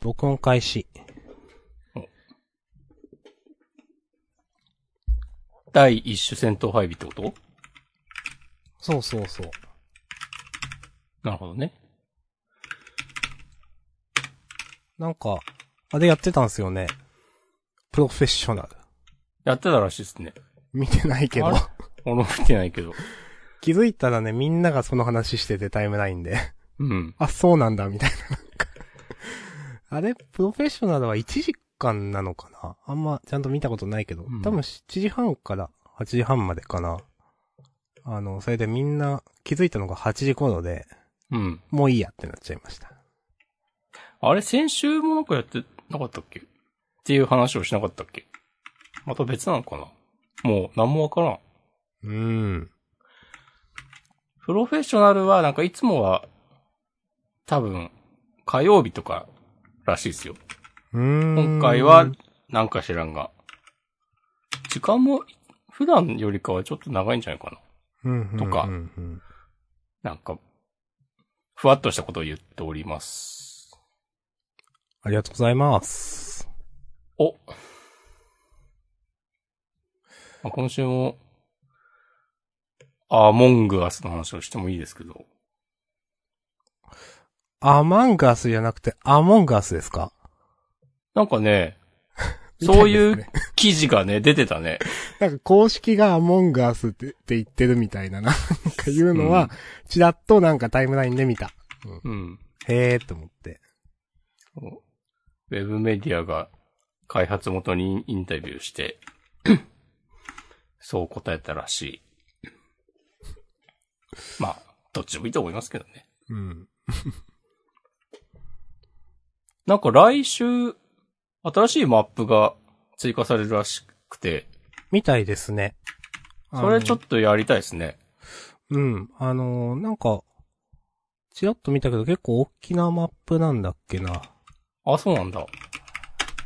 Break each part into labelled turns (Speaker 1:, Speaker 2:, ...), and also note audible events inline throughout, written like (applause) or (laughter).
Speaker 1: 録音開始。
Speaker 2: 第一種戦闘配備ってこと
Speaker 1: そうそうそう。
Speaker 2: なるほどね。
Speaker 1: なんか、あれやってたんですよね。プロフェッショナル。
Speaker 2: やってたらしいですね。
Speaker 1: 見てないけど
Speaker 2: あれ。俺も見てないけど。
Speaker 1: 気づいたらね、みんながその話しててタイムラインで。 (laughs)
Speaker 2: うん。
Speaker 1: あ、そうなんだ、みたいな。なんか (laughs) あれ、プロフェッショナルは1時間なのかなあんま、ちゃんと見たことないけど、
Speaker 2: うん
Speaker 1: 多分7時半から8時半までかな。あの、それでみんな気づいたのが8時頃で、
Speaker 2: うん。
Speaker 1: もういいやってなっちゃいました。
Speaker 2: あれ、先週もなんかやってなかったっけっていう話をしなかったっけまた別なのかなもう、なんもわからん。
Speaker 1: うーん。
Speaker 2: プロフェッショナルは、なんかいつもは、多分、火曜日とからしいですよ。
Speaker 1: うーん。
Speaker 2: 今回は、なんか知らんが。時間も、普段よりかはちょっと長いんじゃないかな。
Speaker 1: うん、
Speaker 2: とか
Speaker 1: うんうん
Speaker 2: なんか、ふわっとしたことを言っております。
Speaker 1: ありがとうございます。
Speaker 2: おまあ今週も、アーモングアスの話をしてもいいですけど。
Speaker 1: アマンガスじゃなくて、アモンガスですか
Speaker 2: なんかね、そうい
Speaker 1: みた
Speaker 2: う
Speaker 1: ですね
Speaker 2: 記事がね、出てた
Speaker 1: (laughs)
Speaker 2: ね。
Speaker 1: なんか公式がアモンガースってって言ってるみたいな、なんか言うの
Speaker 2: うん
Speaker 1: は、ちらっとなんかタイムラインで見た。
Speaker 2: うん。
Speaker 1: へーって思って。
Speaker 2: ウェブメディアが開発元にインタビューして、そう答えたらしい。まあ、どっちでもいいと思いますけどね。
Speaker 1: うん。
Speaker 2: なんか来週、新しいマップが追加されるらしくて、
Speaker 1: みたいですね。
Speaker 2: それちょっ
Speaker 1: と。
Speaker 2: とやりたいですね。
Speaker 1: うん。あのーなんか、ちらっと見たけど結構大きなマップなんだっけな。
Speaker 2: あ、そうなんだ。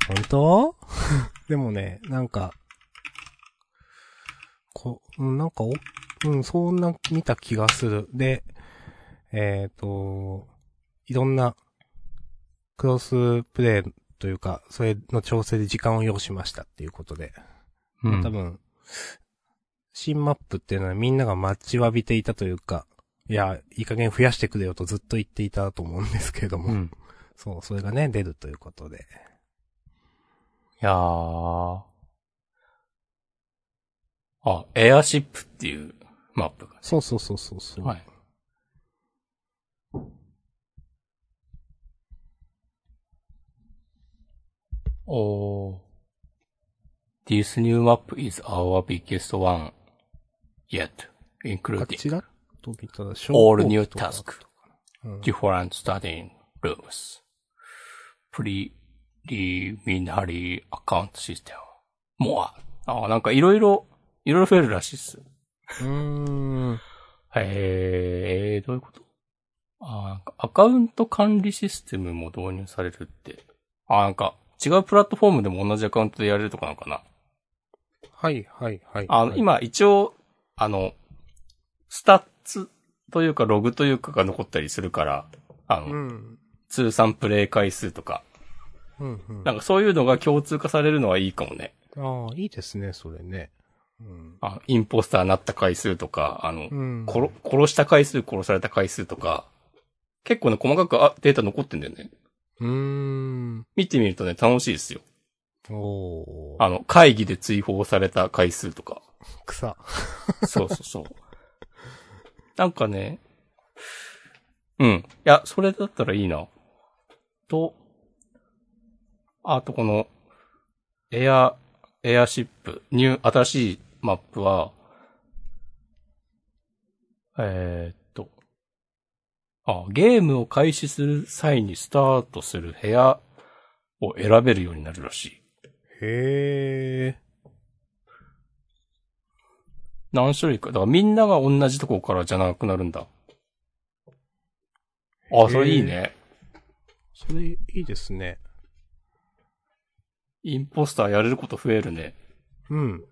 Speaker 1: 本当 (laughs) でもね、なんか、こ、うんなんかお、うん、そんな見た気がする。で、えっ、と、いろんな、クロスプレイというか、それの調整で時間を要しましたっていうことで、
Speaker 2: うん
Speaker 1: 多分、新マップっていうのはみんなが待ちわびていたというか、いや、いい加減増やしてくれよとずっと言っていたと思うんですけれども、
Speaker 2: うん。
Speaker 1: そう、それがね、出るということで。
Speaker 2: いやー。あ、エアシップっていうマップが
Speaker 1: そうそうそうそうそう。
Speaker 2: はい。おー。This new map is our biggest one yet,
Speaker 1: あ
Speaker 2: including
Speaker 1: ちらっと見たら、
Speaker 2: all new
Speaker 1: タス
Speaker 2: tasks,
Speaker 1: うん
Speaker 2: different studying rooms, preliminary account system, more. あー、なんかいろいろ、いろいろ増えるらしいっす。
Speaker 1: うーん。
Speaker 2: えー、どういうことあーなんかアカウント管理システムも導入されるって。あーなんか、違うプラットフォームでも同じアカウントでやれるとかなのかな
Speaker 1: はい、はい、はい。
Speaker 2: あの、
Speaker 1: はい、
Speaker 2: 今、一応、あの、スタッツというか、ログというかが残ったりするから、あ
Speaker 1: う
Speaker 2: の、
Speaker 1: ん。
Speaker 2: 通算プレイ回数とか、
Speaker 1: うん、うん。
Speaker 2: なんかそういうのが共通化されるのはいいかもね。
Speaker 1: ああ、いいですね、それね。うん。
Speaker 2: あインポスターなった回数とか、あの、
Speaker 1: うん。
Speaker 2: 殺、殺した回数、殺された回数とか、結構ね、細かくあデータ残ってんだよね。
Speaker 1: うーん。
Speaker 2: 見てみるとね、楽しいですよ。
Speaker 1: おー。
Speaker 2: あの、会議で追放された回数とか。
Speaker 1: 草。
Speaker 2: (laughs) そうそうそう。なんかね、うん。いや、それだったらいいな。と、あとこの、エア、エアシップ、ニュー、新しいマップは、えーっと、あ、ゲームを開始する際にスタートする部屋を選べるようになるらしい。
Speaker 1: へ
Speaker 2: 何種類か。だからみんなが同じとこからじゃなくなるんだ。あ、それいいね。
Speaker 1: ー。それ、いいですね。
Speaker 2: インポスターやれること増えるね。
Speaker 1: うん。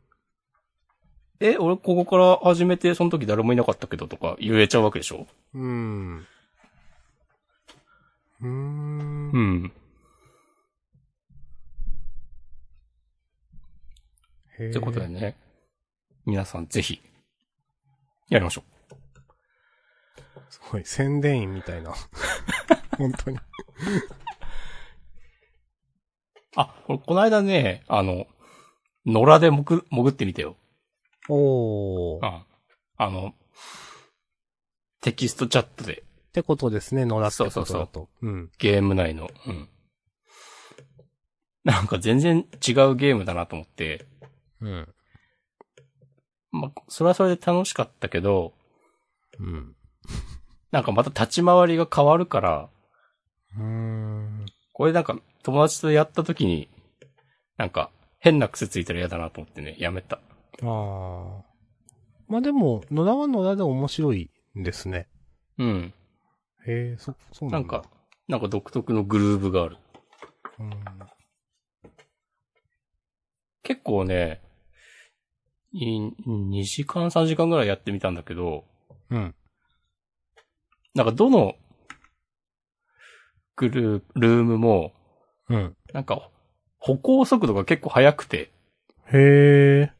Speaker 2: え、俺ここから始めて、その時誰もいなかったけどとか言えちゃうわけでしょ
Speaker 1: うん。うーん。
Speaker 2: ん。
Speaker 1: へー
Speaker 2: ってことでね、皆さんぜひ、やりましょ
Speaker 1: すごい、宣伝員みたい
Speaker 2: (laughs)
Speaker 1: な。本当に。
Speaker 2: う。あ、これこの間ね、あの、野良で潜潜ってみてよ。
Speaker 1: お
Speaker 2: う
Speaker 1: ー。っ
Speaker 2: ん。あの、テキストチャットで、
Speaker 1: てことですね、野良ってことだと。
Speaker 2: そうそう
Speaker 1: うん。
Speaker 2: ゲーム内の、うん。なんか全然違うゲームだなと思って、
Speaker 1: うん。
Speaker 2: まあ、それはそれで楽しかったけど、
Speaker 1: うん。
Speaker 2: なんかまた立ち回りが変わるから、
Speaker 1: うーん。
Speaker 2: これなんか友達とやった時に、なんか変な癖ついたら嫌だなと思ってね、やめた。
Speaker 1: ああ。まあでも、野田は野田で面白いんですね。
Speaker 2: うん。
Speaker 1: へえ、そ、そう
Speaker 2: な
Speaker 1: なん
Speaker 2: ん
Speaker 1: だ
Speaker 2: か。、なんか独特のグルーブがある。
Speaker 1: うん。
Speaker 2: 結構ね、い2時間3時間ぐらいやってみたんだけど、
Speaker 1: うん。
Speaker 2: なんかどのグルー、ルームも、
Speaker 1: うん。
Speaker 2: なんか歩行速度が結構速くて、
Speaker 1: へえ。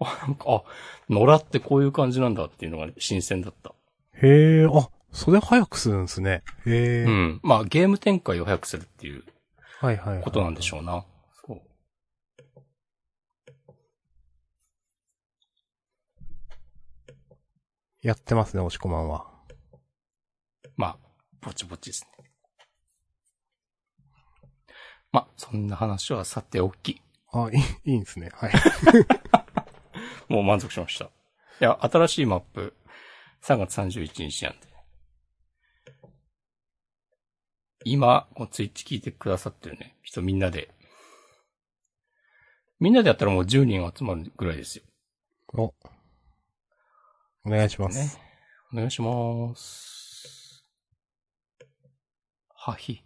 Speaker 2: あなんか、あ、野良ってこういう感じなんだっていうのが新鮮だった。
Speaker 1: へえ、あ、それ早くするんですね。へえ。
Speaker 2: うん。まあゲーム展開を速くするっていう
Speaker 1: はいはい、はい。
Speaker 2: ことなんでしょうな。そう。
Speaker 1: やってますね、押し込まんは。
Speaker 2: まあ、ぼちぼちですね。まあ、そんな話はさておき。
Speaker 1: あ、いい、いいんですね。はい。
Speaker 2: (laughs) もう満足しました。いや、新しいマップ、3月31日なんで。今、このツイッチ聞いてくださってるね、人みんなで。みんなでやったらもう10人集まるぐらいですよ。
Speaker 1: お。お願いします。
Speaker 2: ね。お願いします。はひ。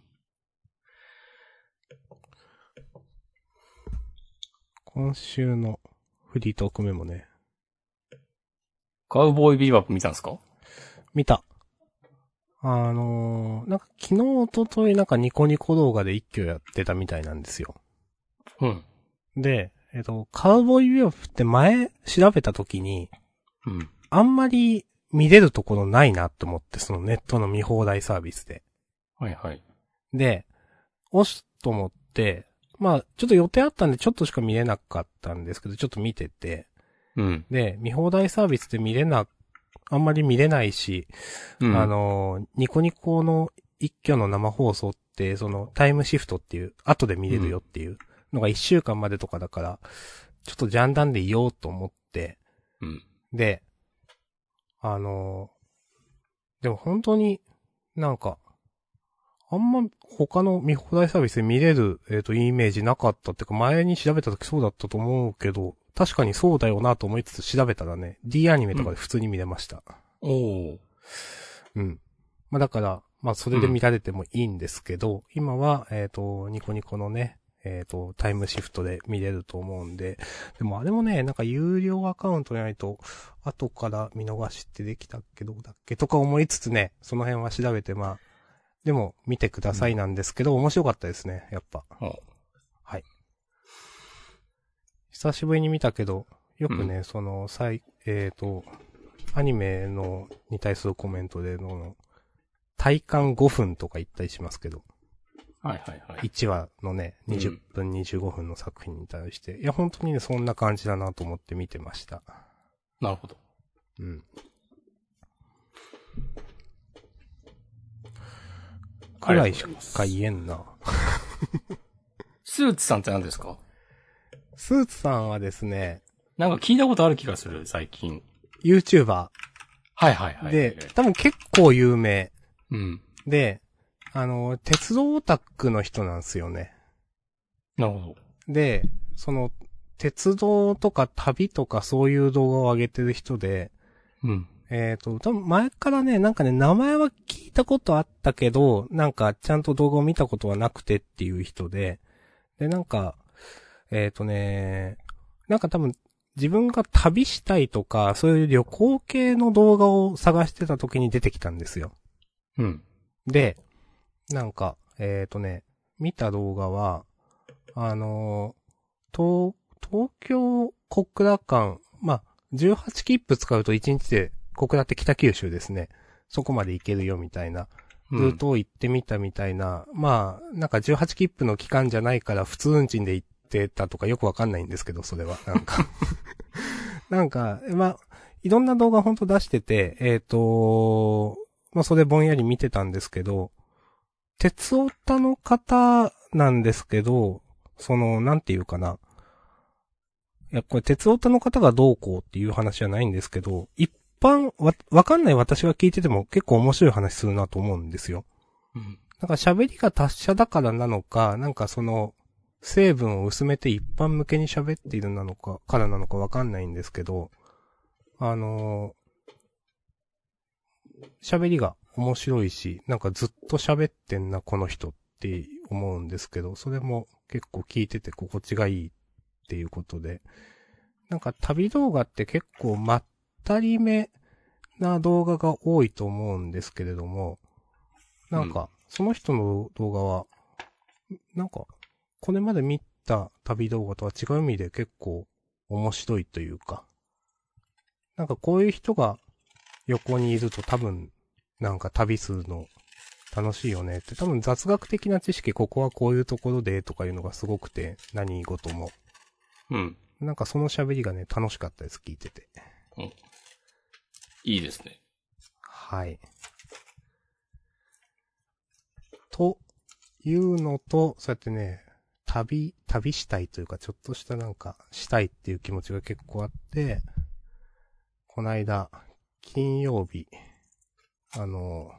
Speaker 1: 今週のフリートークメモね。
Speaker 2: カウボーイビーバップ見たんですか
Speaker 1: 見た。あのー、なんか昨日、一昨日なんかニコニコ動画で一挙やってたみたいなんですよ。
Speaker 2: うん。
Speaker 1: で、えっと、カウボーイビューフって前調べた時に、
Speaker 2: うん。
Speaker 1: あんまり見れるところないなと思って、そのネットの見放題サービスで。
Speaker 2: はいはい。
Speaker 1: で、押すと思って、まあ、ちょっと予定あったんで、ちょっとしか見れなかったんですけど、ちょっと見てて、
Speaker 2: うん。
Speaker 1: で、見放題サービスで見れな、あんまり見れないし、
Speaker 2: うん、
Speaker 1: あ、の、ニコニコの一挙の生放送って、そのタイムシフトっていう、後で見れるよっていうのが一週間までとかだから、ちょっとジャンダンでいようと思って、
Speaker 2: うん。
Speaker 1: で、あの、でも本当になんか、あんま他の見放題サービスで見れる、えっ、と、イメージなかったっていうか、前に調べた時そうだったと思うけど、確かにそうだよなと思いつつ調べたらね、D アニメとかで普通に見れました。
Speaker 2: おお。
Speaker 1: うん。まあだから、まあそれで見られてもいいんですけど、今は、えっ、と、ニコニコのね、えっ、と、タイムシフトで見れると思うんで、でもあれもね、なんか有料アカウントじゃないと、後から見逃しってできたっけどうだっけとか思いつつね、その辺は調べて、まあ、でも見てくださいなんですけど、面白かったですね、やっぱ。
Speaker 2: お
Speaker 1: 久しぶりに見たけど、よくね、その、最、えっ、と、アニメの、に対するコメントでの、の体感5分とか言ったりしますけど、
Speaker 2: はいはいはい。
Speaker 1: 1話のね、
Speaker 2: うん
Speaker 1: 20分、25分の作品に対して、いや、本当にね、そんな感じだなと思って見てました。
Speaker 2: なるほど。
Speaker 1: うん。くらいしか言えんな。
Speaker 2: スーツさんって何ですか
Speaker 1: スーツさんはですね、
Speaker 2: なんか聞いたことある気がする、最近。
Speaker 1: YouTuber
Speaker 2: はいはいはい。
Speaker 1: で、多分結構有名。
Speaker 2: うん。
Speaker 1: で、あの、鉄道オタクの人なんですよね。
Speaker 2: なるほど。
Speaker 1: で、その、鉄道とか旅とかそういう動画を上げてる人で、
Speaker 2: うん。
Speaker 1: えっ、と、多分前からね、なんかね、名前は聞いたことあったけど、なんかちゃんと動画を見たことはなくてっていう人で、で、なんか、えっ、とね、なんか多分自分が旅したいとか、そういう旅行系の動画を探してた時に出てきたんですよ。
Speaker 2: うん。
Speaker 1: で、なんか、えっ、ー、とね、見た動画は、あのー東、東京小倉間、まあ、18切符使うと1日で、小倉って北九州ですね。そこまで行けるよみたいな。
Speaker 2: うん
Speaker 1: ルートを行ってみたみたいな。まあ、なんか18切符の期間じゃないから普通運賃で行ってたとかよくわかんないんですけど、それは。なん
Speaker 2: (laughs)
Speaker 1: か。なんか、まあ、いろんな動画ほんと出してて、えっ、と、まあそれぼんやり見てたんですけど、鉄オタの方なんですけど、その、なんていうかな。いや、これ、鉄オタの方がどうこうっていう話じゃないんですけど、一般、わ、わかんない私が聞いてても結構面白い話するなと思うんですよ。
Speaker 2: うん。
Speaker 1: なんか喋りが達者だからなのか、なんかその、成分を薄めて一般向けに喋っているなのか、からなのかわかんないんですけど、あのー喋りが面白いし、なんかずっと喋ってんな、この人って思うんですけど、それも結構聞いてて心地がいいっていうことで、なんか旅動画って結構まったりめな動画が多いと思うんですけれども、なん
Speaker 2: う
Speaker 1: か、その人の動画は、なんか、これまで見た旅動画とは違う意味で結構面白いというか、なんかこういう人が横にいると多分、なんか旅するの楽しいよねって、多分雑学的な知識、ここはこういうところでとかいうのがすごくて、何事も。
Speaker 2: うん。
Speaker 1: なんかその喋りがね、楽しかったです、聞いてて。
Speaker 2: いいですね。
Speaker 1: はい。というのと、そうやってね、旅、旅したいというか、ちょっとしたなんか、したいっていう気持ちが結構あって、こないだ、金曜日、あの、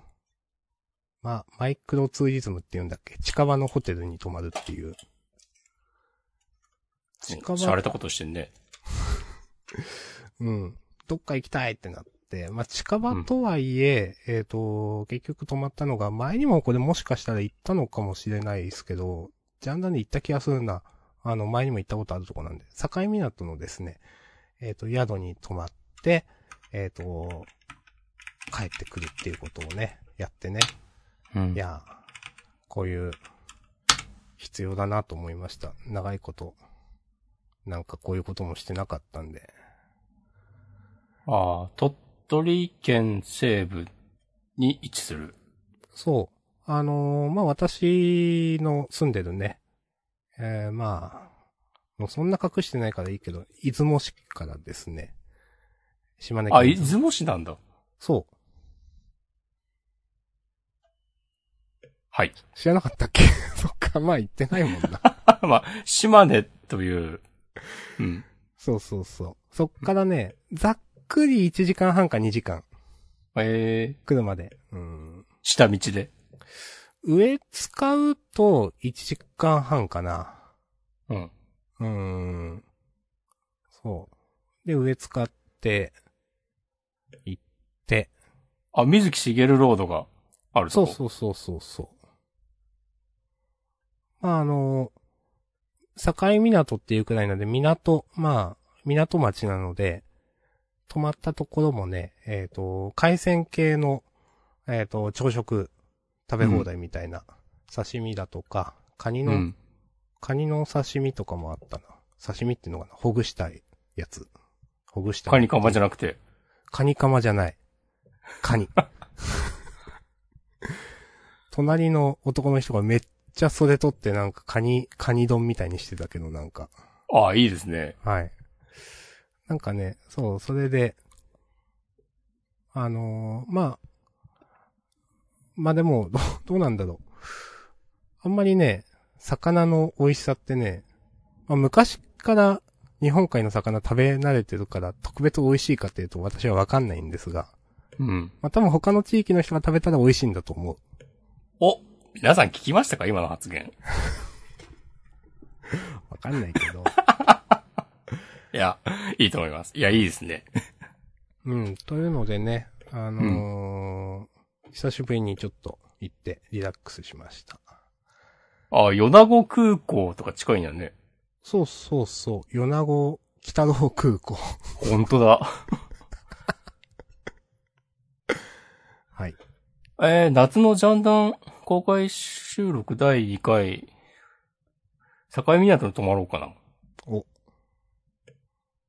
Speaker 1: まあ、マイクロツーリズムって言うんだっけ近場のホテルに泊まるっていう。
Speaker 2: うん
Speaker 1: 近場
Speaker 2: 洒落たことしてんね。
Speaker 1: うん。どっか行きたいってなって、まあ、近場とはいえ、えっ、と、結局泊まったのが、前にもこれもしかしたら行ったのかもしれないですけど、ジャンダンで行った気がするな。あの、前にも行ったことあるとこなんで、境港のですね、えっ、と、宿に泊まって、えっ、と、帰ってくるっていうことをね、やってね。
Speaker 2: うん
Speaker 1: いやー、こういう、必要だなと思いました。長いこと、なんかこういうこともしてなかったんで。
Speaker 2: ああ、鳥取県西部に位置する。
Speaker 1: そう。あのーまあ、私の住んでるね。えー、まあ、もうそんな隠してないからいいけど、出雲市からですね。島根県。
Speaker 2: あ、出雲市なんだ。
Speaker 1: そう。
Speaker 2: はい。 (laughs)
Speaker 1: 知らなかったっけ (laughs) そっか、まあ行ってないもんな。
Speaker 2: まあ、島根という、うん。
Speaker 1: そうそうそう。そっからね、ざっくり1時間半か2時間、
Speaker 2: えー、
Speaker 1: 車で。うん。
Speaker 2: 下道で。
Speaker 1: 上使うと1時間半かな。
Speaker 2: うん。
Speaker 1: うーん。そう。で、上使って、行って。
Speaker 2: あ、水木しげるロードがある
Speaker 1: そ
Speaker 2: と
Speaker 1: う
Speaker 2: こ
Speaker 1: そうそうそうそう。まあ、あの、境港っていうくらいなんで、港、まあ、港町なので、泊まったところもね、えっ、と、海鮮系の、えっ、と、朝食、食べ放題みたいな、刺身だとか、カニ
Speaker 2: う
Speaker 1: の、
Speaker 2: ん。
Speaker 1: カニの刺身とかもあったな。刺身っていうのかなほぐしたいやつ。ほぐしたい。
Speaker 2: カニカマじゃなくて。
Speaker 1: カニカマじゃない。カ
Speaker 2: (laughs)
Speaker 1: ニ。隣の男の人がめっちゃ袖取ってなんかカニ、カニ丼みたいにしてたけどなんか。
Speaker 2: ああ、いいですね。
Speaker 1: はい。なんかね、そう、それで、あのーまあ、まあでも、どう、どうなんだろう。あんまりね、魚の美味しさってね、まあ昔から日本海の魚食べ慣れてるから特別美味しいかっていうと私はわかんないんですが、
Speaker 2: うん。
Speaker 1: まあ多分他の地域の人が食べたら美味しいんだと思う。
Speaker 2: お、皆さん聞きましたか今の発言。
Speaker 1: わかんないけど。
Speaker 2: いや、いいと思います。いや、いいですね。
Speaker 1: うん、というのでね、あのー久しぶりにちょっと行ってリラックスしました。
Speaker 2: ああ、米子空港とか近いんだね。
Speaker 1: そうそうそう。米子北道空港。
Speaker 2: 本当だ。
Speaker 1: はい。
Speaker 2: えー、夏のジャンダン公開収録第2回、境港に泊まろうかな。
Speaker 1: お。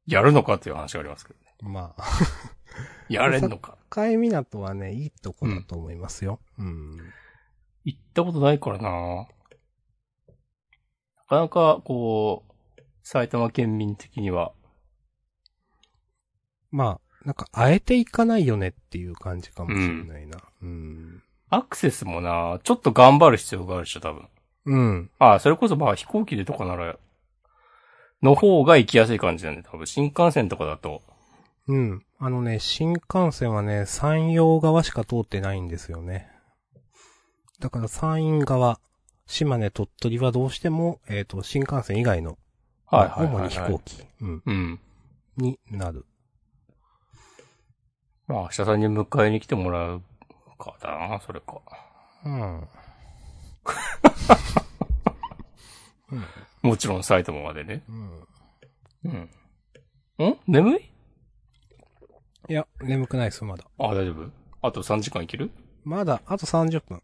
Speaker 2: やるのかっていう話がありますけどね。
Speaker 1: まあ、
Speaker 2: やれんのか。
Speaker 1: 海港はね、いいとこだと思いますよ。うん。
Speaker 2: 行ったことないからななかなか、こう、埼玉県民的には、
Speaker 1: まあ、なんか、あえていかないよねっていう感じかもしれないな。うん。
Speaker 2: アクセスもなちょっと頑張る必要があるでしょ、多分。
Speaker 1: うん。
Speaker 2: ああ、それこそまあ飛行機でとかなら、の方が行きやすい感じなんで、多分新幹線とかだと。
Speaker 1: うん。あのね、新幹線はね、山陽側しか通ってないんですよね。だから山陰側、島根、鳥取はどうしても、えっ、と、新幹線以外の、
Speaker 2: はいはいはい、
Speaker 1: 主
Speaker 2: はい。
Speaker 1: に飛行機、うん、
Speaker 2: うん。
Speaker 1: になる。
Speaker 2: まあ、明日さんに迎えに来てもらうかだな、それか。
Speaker 1: うん。
Speaker 2: もちろん埼玉までね。
Speaker 1: うん。
Speaker 2: うん。ん眠い
Speaker 1: いや、眠くないです、まだ。
Speaker 2: あ、大丈夫。あと3時間いける
Speaker 1: まだ、あと30分。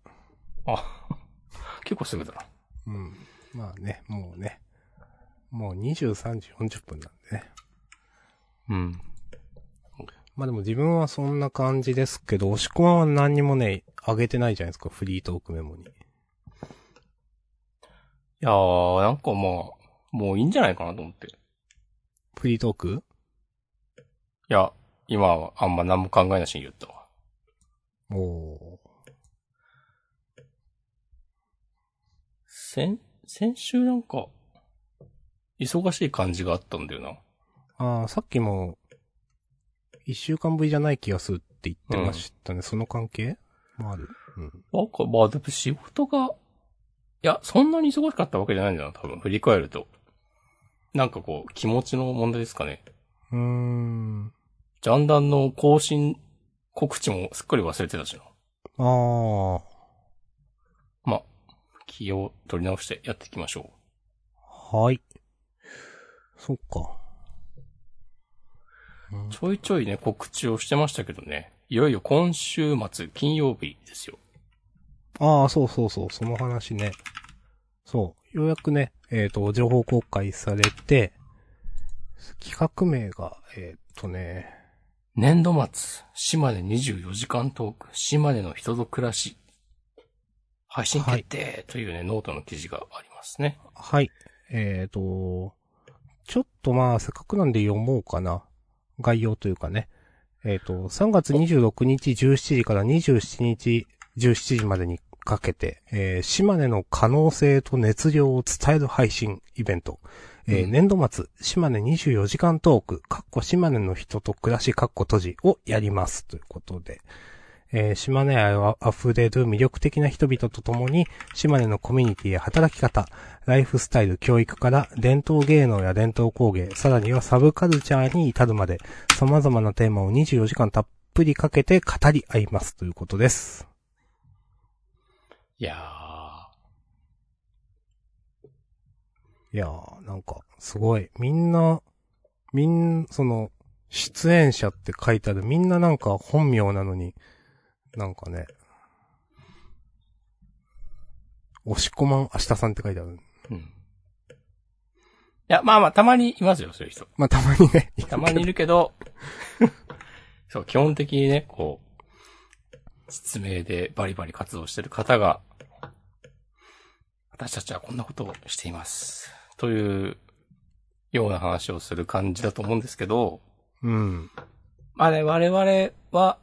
Speaker 2: あ、結構すぐだな。
Speaker 1: うん。まあね、もうね。もう23時40分なんでね。
Speaker 2: うん。
Speaker 1: まあでも自分はそんな感じですけど、押し込まんは何にもね、上げてないじゃないですか、フリートークメモに。
Speaker 2: いやー、なんかまあ、もういいんじゃないかなと思って。い
Speaker 1: フリートーク
Speaker 2: や、今はあんま何も考えなしに言ったわ。
Speaker 1: お
Speaker 2: 先、先週なんか、忙しい感じがあったんだよな。
Speaker 1: ー。ああ、さっきも、一週間ぶりじゃない気がするって言ってましたね。その関係もある。うん。
Speaker 2: なんか、まあでも仕事が、いや、そんなに忙しかったわけじゃないんだな、多分、振り返ると。なんかこう、気持ちの問題ですかね。
Speaker 1: うーん。
Speaker 2: ジャンダンの更新告知もすっかり忘れてたしな。
Speaker 1: あ
Speaker 2: まあ、気を取り直してやっていきましょ
Speaker 1: あ、はい。そっか。うん
Speaker 2: う。ちょいちょいね、告知をしてましたけどね。いよいよ今週末、金曜日ですよ。
Speaker 1: ああ、そうそうそう、その話ね。そう。ようやくね、えっ、と、情報公開されて、企画名が、えっ、とね、
Speaker 2: 年度末、島根24時間トーク、島根の人と暮らし、配信決定というね、ノートの記事がありますね。
Speaker 1: はい。えっ、と、ちょっとまあ、せっかくなんで読もうかな。概要というかね。えっ、と、3月26日17時から27日17時までにかけて、えー島根の可能性と熱量を伝える配信イベント。えー
Speaker 2: うん
Speaker 1: 年度末、島根24時間トーク、かっこ島根の人と暮らし、かっこ閉じをやります。ということで、えー島根愛を溢れる魅力的な人々と共に、島根のコミュニティや働き方、ライフスタイル、教育から伝統芸能や伝統工芸、さらにはサブカルチャーに至るまで、様々なテーマを24時間たっぷりかけて語り合いますということです。
Speaker 2: いや
Speaker 1: いやー、なんか、すごい。みんな、みん、その、出演者って書いてある、みんななんか本名なのに、なんかね、押し込まん明日さんって書いてある。
Speaker 2: ー。うん。いや、まあまあ、たまにいますよ、そういう人。
Speaker 1: まあ、たまにね。
Speaker 2: たまにいるけど、そう、基本的にね、こう、実名でバリバリ活動してる方が、私たちはこんなことをしています。という、ような話をする感じだと思うんですけど、
Speaker 1: (laughs) うん。
Speaker 2: まあね、我々は、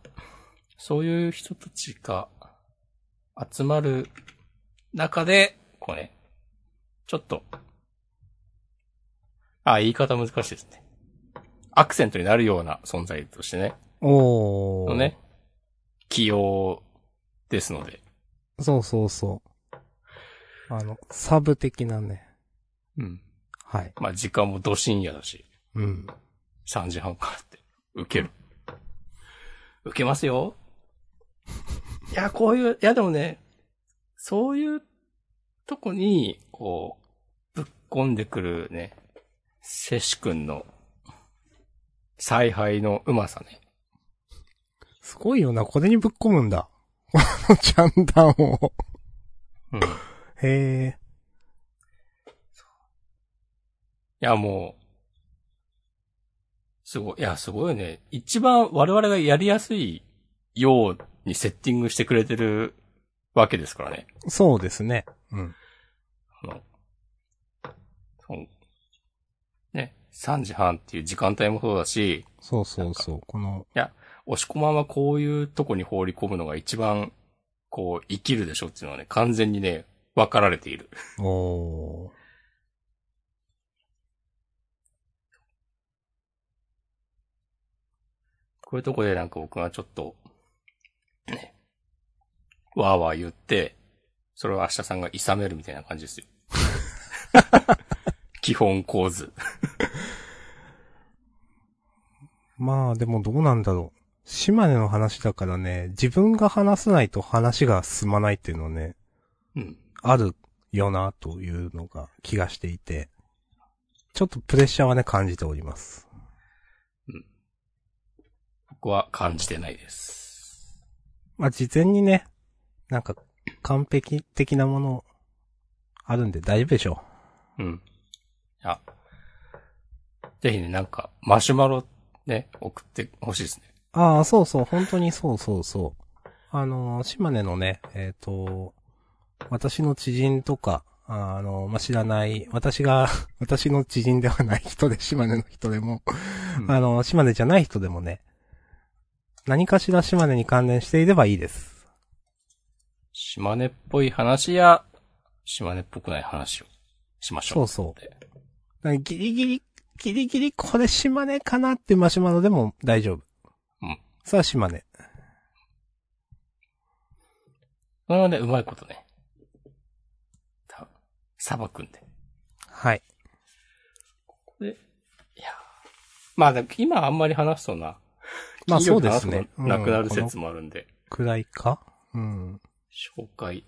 Speaker 2: そういう人たちが集まる中で、こうね、ちょっと、あ、言い方難しいですね。アクセントになるような存在としてね、
Speaker 1: おー。
Speaker 2: のね、起用ですので。
Speaker 1: そうそうそう。あの、サブ的なね。
Speaker 2: うん。
Speaker 1: はい。
Speaker 2: まあ時間もど深夜だし、
Speaker 1: うん。
Speaker 2: 3時半からって、受ける。受けますよ。いや、こういう、いやでもね、そういうとこに、こう、ぶっこんでくるね、セシ君の、采配のうまさね。
Speaker 1: すごいよな、これにぶっ込むんだ。 (laughs) このジャンダンを。
Speaker 2: うん。い
Speaker 1: へえ。
Speaker 2: や、もう、すごい。いや、すごいよね。一番我々がやりやすいようにセッティングしてくれてるわけですからね。
Speaker 1: そうですね。うん。
Speaker 2: あの、そうね、3時半っていう時間帯もそうだし、
Speaker 1: そうそうそう。この、
Speaker 2: 押し込まんはこういうとこに放り込むのが一番、こう、生きるでしょっていうのはね、完全にね、分かられている。
Speaker 1: おー。
Speaker 2: こういうとこでなんか僕がちょっと、ね、わーわー言って、それを明日さんが諌めるみたいな感じですよ。基本構図。
Speaker 1: まあでもどうなんだろう。島根の話だからね、自分が話さないと話が進まないっていうのはね、
Speaker 2: うん。
Speaker 1: あるよなというのが気がしていて、ちょっとプレッシャーはね、感じております。
Speaker 2: 僕は感じてないです。
Speaker 1: まあ事前にね、なんか完璧的なものあるんで大丈夫でしょ
Speaker 2: うん。あ。ぜひね、なんか、マシュマロね、送ってほしいですね。
Speaker 1: う。ああ、そうそう、本当にそうそうそう。あのー、島根のね、えっ、と、私の知人とか、ああのー、まあ、知らない、私が、 (laughs) 私の知人ではない人で、島根の人でも、
Speaker 2: うん
Speaker 1: あの、島根じゃない人でもね、何かしら島根に関連していればいいです。
Speaker 2: 島根っぽい話や、島根っぽくない話をしまし
Speaker 1: そ
Speaker 2: ょう。
Speaker 1: うそう。だからギリギリ、ギリギリこれ島根かなってマシュマロでも大丈夫。
Speaker 2: うん。
Speaker 1: それは島根。
Speaker 2: それはね、うまいことね。た、さばくんで。
Speaker 1: はい。
Speaker 2: で、いやーまあでも今あんまり話すとな。
Speaker 1: まあ
Speaker 2: 金曜
Speaker 1: そう
Speaker 2: 日
Speaker 1: で
Speaker 2: の話
Speaker 1: すね。
Speaker 2: もなくなる
Speaker 1: うんこ
Speaker 2: 説
Speaker 1: の
Speaker 2: もあるんで、
Speaker 1: くらいかうん。
Speaker 2: 紹介。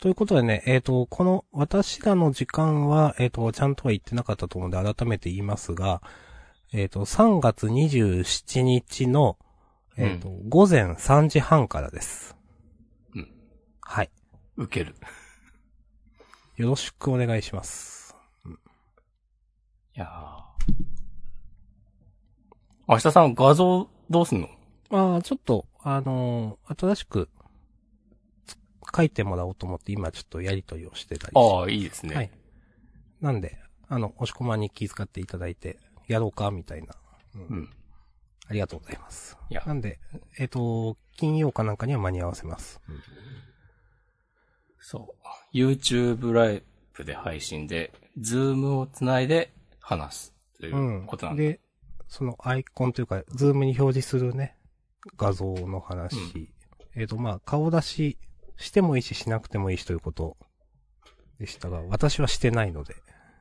Speaker 1: ということでね、えっ、と、この私らの時間は、えっ、と、ちゃんとは言ってなかったと思うので改めて言いますが、えっ、と、3月27日の、えっ、と、午前3時半からです。
Speaker 2: うん。
Speaker 1: はい。
Speaker 2: 受ける。
Speaker 1: よろしくお願いします。
Speaker 2: いやー明日さん画像どうすんの
Speaker 1: ああ、ちょっと、あのー新しく、つ書いてもらおうと思って、今ちょっとやりとりをしてたりして
Speaker 2: ああ、いいですね。
Speaker 1: はい。なんで、あの、押し込まんに気遣っていただいて、やろうか、みたいな。
Speaker 2: うん。
Speaker 1: ありがとうございます。
Speaker 2: いや
Speaker 1: なんで、えっ、と、金曜かなんかには間に合わせます。
Speaker 2: そう。YouTube ライブで配信で、Zoom をつないで話すといううんことな。んだ。
Speaker 1: で、そのアイコンというか、ズームに表示するね、画像の話。えっ、と、まあ、顔出ししてもいいし、しなくてもいいしということでしたが、私はしてないので。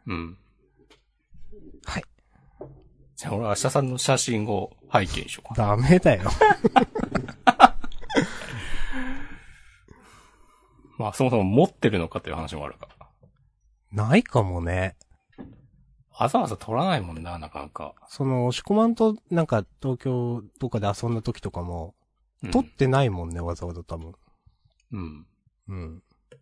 Speaker 2: うん。
Speaker 1: はい。
Speaker 2: じゃあ俺明日さんの写真を背景にしようか。
Speaker 1: ダメだよ。 (laughs)
Speaker 2: まあそもそも持ってるのかという話もあるから。
Speaker 1: ないかもね。
Speaker 2: わざわざ撮らないもんな、なかなか。
Speaker 1: その、押し込まんと、なんか、東京とかで遊んだ時とかも、
Speaker 2: うん
Speaker 1: 撮ってないもんね、わざわざ多分。
Speaker 2: うん。
Speaker 1: うん。
Speaker 2: い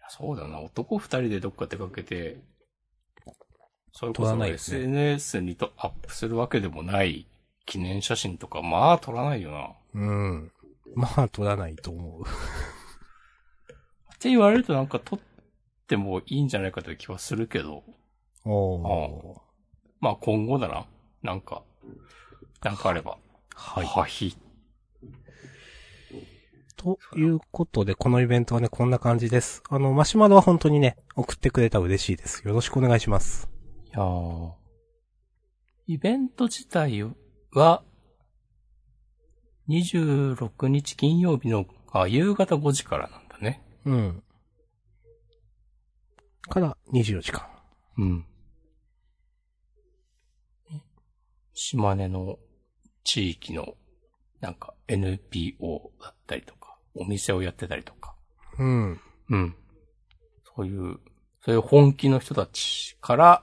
Speaker 2: やそうだよな、男二人でどっか出かけて、それこ
Speaker 1: 撮
Speaker 2: そ
Speaker 1: らないですね
Speaker 2: SNS にとアップするわけでもない記念写真とか、まあ撮らないよな。
Speaker 1: うん。まあ、撮らないと思う。
Speaker 2: って言われるとなんか撮ってもいいんじゃないかという気はするけど、
Speaker 1: おー。
Speaker 2: まあ今後だな。なんか、なんかあれば。
Speaker 1: はい。
Speaker 2: はい。
Speaker 1: ということで、このイベントはね、こんな感じです。あの、マシュマロは本当にね、送ってくれたら嬉しいです。よろしくお願いします。
Speaker 2: いやーイベント自体は、26日金曜日の、あ、夕方5時からなんだね。
Speaker 1: うん。から、24時間。
Speaker 2: うん。島根の地域の、なんか NPO だったりとか、お店をやってたりとか。
Speaker 1: うん。
Speaker 2: うん。そういう、そういう本気の人たちから、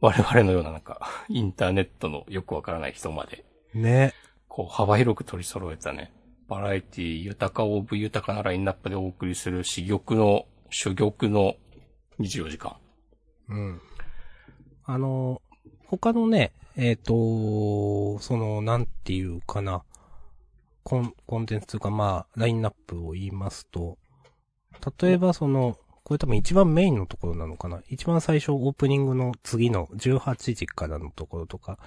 Speaker 2: 我々のようななんか、 (laughs) インターネットのよくわからない人まで、
Speaker 1: ね。
Speaker 2: こう幅広く取り揃えたね、バラエティ豊かオブ豊かなラインナップでお送りする珠玉の、珠玉の24時間。
Speaker 1: うん。あの、他のね、えっ、と、その、なんていうかな、コン、コンテンツというか、まあ、ラインナップを言いますと、例えばその、これ多分一番メインのところなのかな。一番最初オープニングの次の18時からのところとか、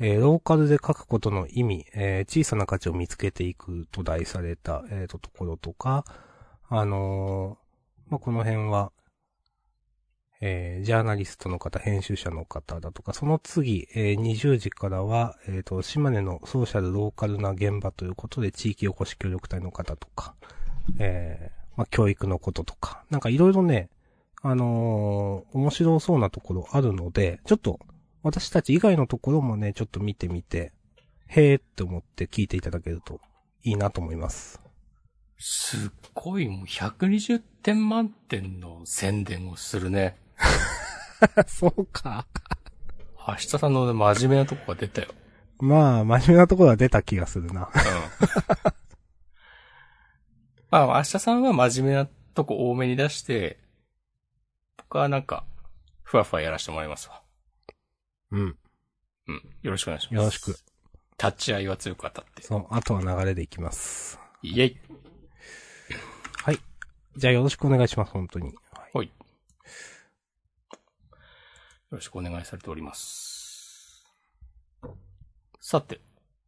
Speaker 1: えーローカルで書くことの意味、えー小さな価値を見つけていくと題された、えっ、と、ところとか、あのーまあ、この辺は、えージャーナリストの方、編集者の方だとか、その次、えー20時からは、えっ、と、島根のソーシャルローカルな現場ということで、地域おこし協力隊の方とか、えーまあ、教育のこととか、なんかいろいろね、あのー面白そうなところあるので、ちょっと、私たち以外のところもね、ちょっと見てみて、へーって思って聞いていただけるといいなと思います。
Speaker 2: すっごい、もう120点満点の宣伝をするね。
Speaker 1: (laughs) そうか。
Speaker 2: 明日さんのね真面目なとこが出たよ。
Speaker 1: まあ、真面目なところは出た気がするな。
Speaker 2: まあ、明日さんは真面目なとこ多めに出して、僕はなんか、ふわふわやらせてもらいますわ。
Speaker 1: うん。
Speaker 2: うん。よろしくお願いします。
Speaker 1: よろしく。。
Speaker 2: 立ち合いは強く当たって。
Speaker 1: そう、あとは流れでいきます。
Speaker 2: イェイ。
Speaker 1: じゃあよろしくお願いします、本当に。はい
Speaker 2: はい。よろしくお願いされております。さて、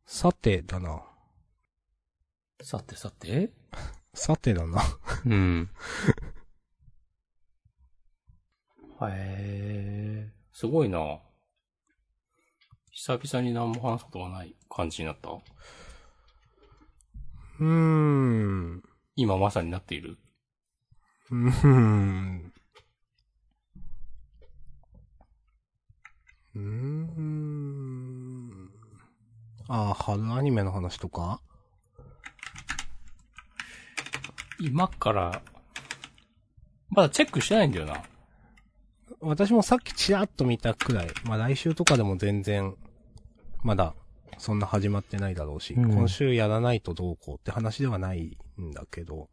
Speaker 1: さてだな。
Speaker 2: さてさて。
Speaker 1: さてだな。
Speaker 2: うん。へえ、すごいな。久々に何も話すことがない感じになった。
Speaker 1: うーん。
Speaker 2: 今まさになっている。
Speaker 1: うーん。うーん。ああ、春アニメの話とか
Speaker 2: 今から、まだチェックしてないんだよな。
Speaker 1: 私もさっきちらっと見たくらい。まあ来週とかでも全然、まだ、そんな始まってないだろうし、
Speaker 2: うん
Speaker 1: 今週やらないとどうこうって話ではないんだけど。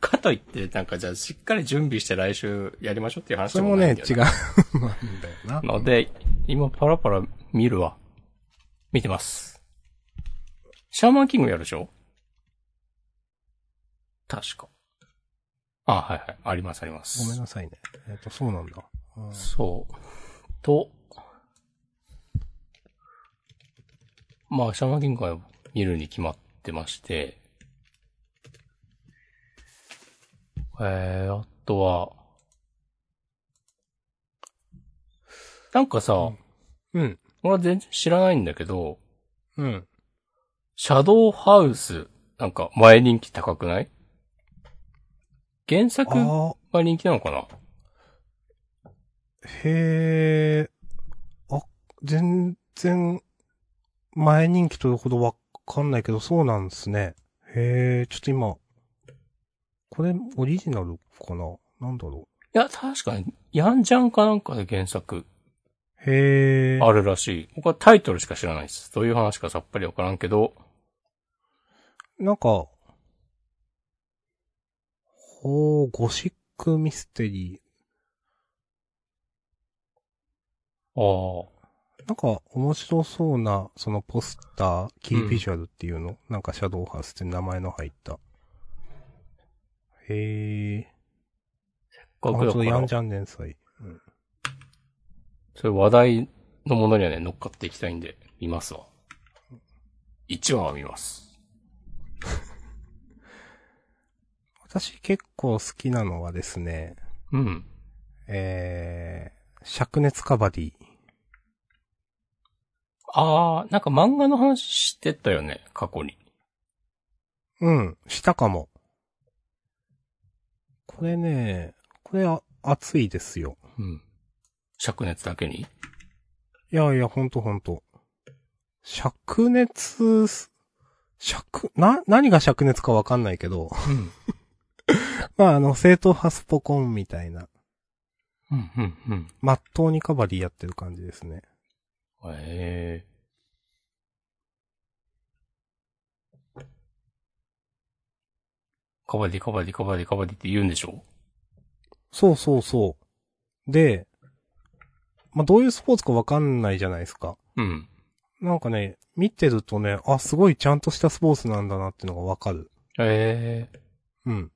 Speaker 2: かといって、なんかじゃあしっかり準備して来週やりましょうっていう話
Speaker 1: そ
Speaker 2: で
Speaker 1: れ
Speaker 2: も
Speaker 1: も
Speaker 2: ない
Speaker 1: ね、
Speaker 2: んだよ
Speaker 1: 違
Speaker 2: な
Speaker 1: う。 (laughs) まあいいんだよな。
Speaker 2: ので、今パラパラ見るわ。見てます。シャーマンキングやるでしょ確か。あ、はいはい。ありますあります。
Speaker 1: ごめんなさいね。えっ、と、そうなんだ。うん
Speaker 2: そう。と、まあ、シャーマンキングは見るに決まってまして、えー、あとは、なんかさ、
Speaker 1: うんうん。
Speaker 2: 俺は全然知らないんだけど、
Speaker 1: うん。
Speaker 2: シャドウハウス、なんか前人気高くない原作が
Speaker 1: あ
Speaker 2: 人気なのかな
Speaker 1: あ、へえ。あ、全然、前人気というほどわかんないけど、そうなんですね。へえ、ちょっと今、これオリジナルかななんだろ
Speaker 2: いや、確かに、ヤンジャンかなんかで原作
Speaker 1: う。へえ。
Speaker 2: あるらしい。僕はタイトルしか知らないです。どういう話かさっぱりわからんけど、
Speaker 1: なんか、ほう、ゴシックミステリ
Speaker 2: ああ、
Speaker 1: ー。なんか、面白そうな、そのポスター、キービジュアルっていうの、なんか、シャドウハウスって名前の入った。へえ。
Speaker 2: 学
Speaker 1: あそ
Speaker 2: だか
Speaker 1: う
Speaker 2: ら
Speaker 1: やんじゃん連載。
Speaker 2: そういう話題のものにはね、乗っかっていきたいんで、見ますわ。1話は見ます。
Speaker 1: 私結構好きなのはですね、
Speaker 2: うん。
Speaker 1: えー、灼熱カバディ。
Speaker 2: ああ、なんか漫画の話してたよね、過去に。
Speaker 1: うん、したかも。これね、これあ熱いですよ。
Speaker 2: うん。灼熱だけに
Speaker 1: いやいや、ほんとほんと。灼熱す、灼、な、何が灼熱かわかんないけど、
Speaker 2: うん。
Speaker 1: まああの、正統派スポコンみたいな、
Speaker 2: うん、うん、うん。
Speaker 1: まっとうにカバディやってる感じですね。
Speaker 2: へえ。カバディ、カバディ、カバディ、カバディって言うんでしょ
Speaker 1: そうそうそう。で、まあ、どういうスポーツかわかんないじゃないですか。
Speaker 2: うん。
Speaker 1: なんかね、見てるとね、あ、すごいちゃんとしたスポーツなんだなっていうのがわかる。
Speaker 2: ええ
Speaker 1: うん。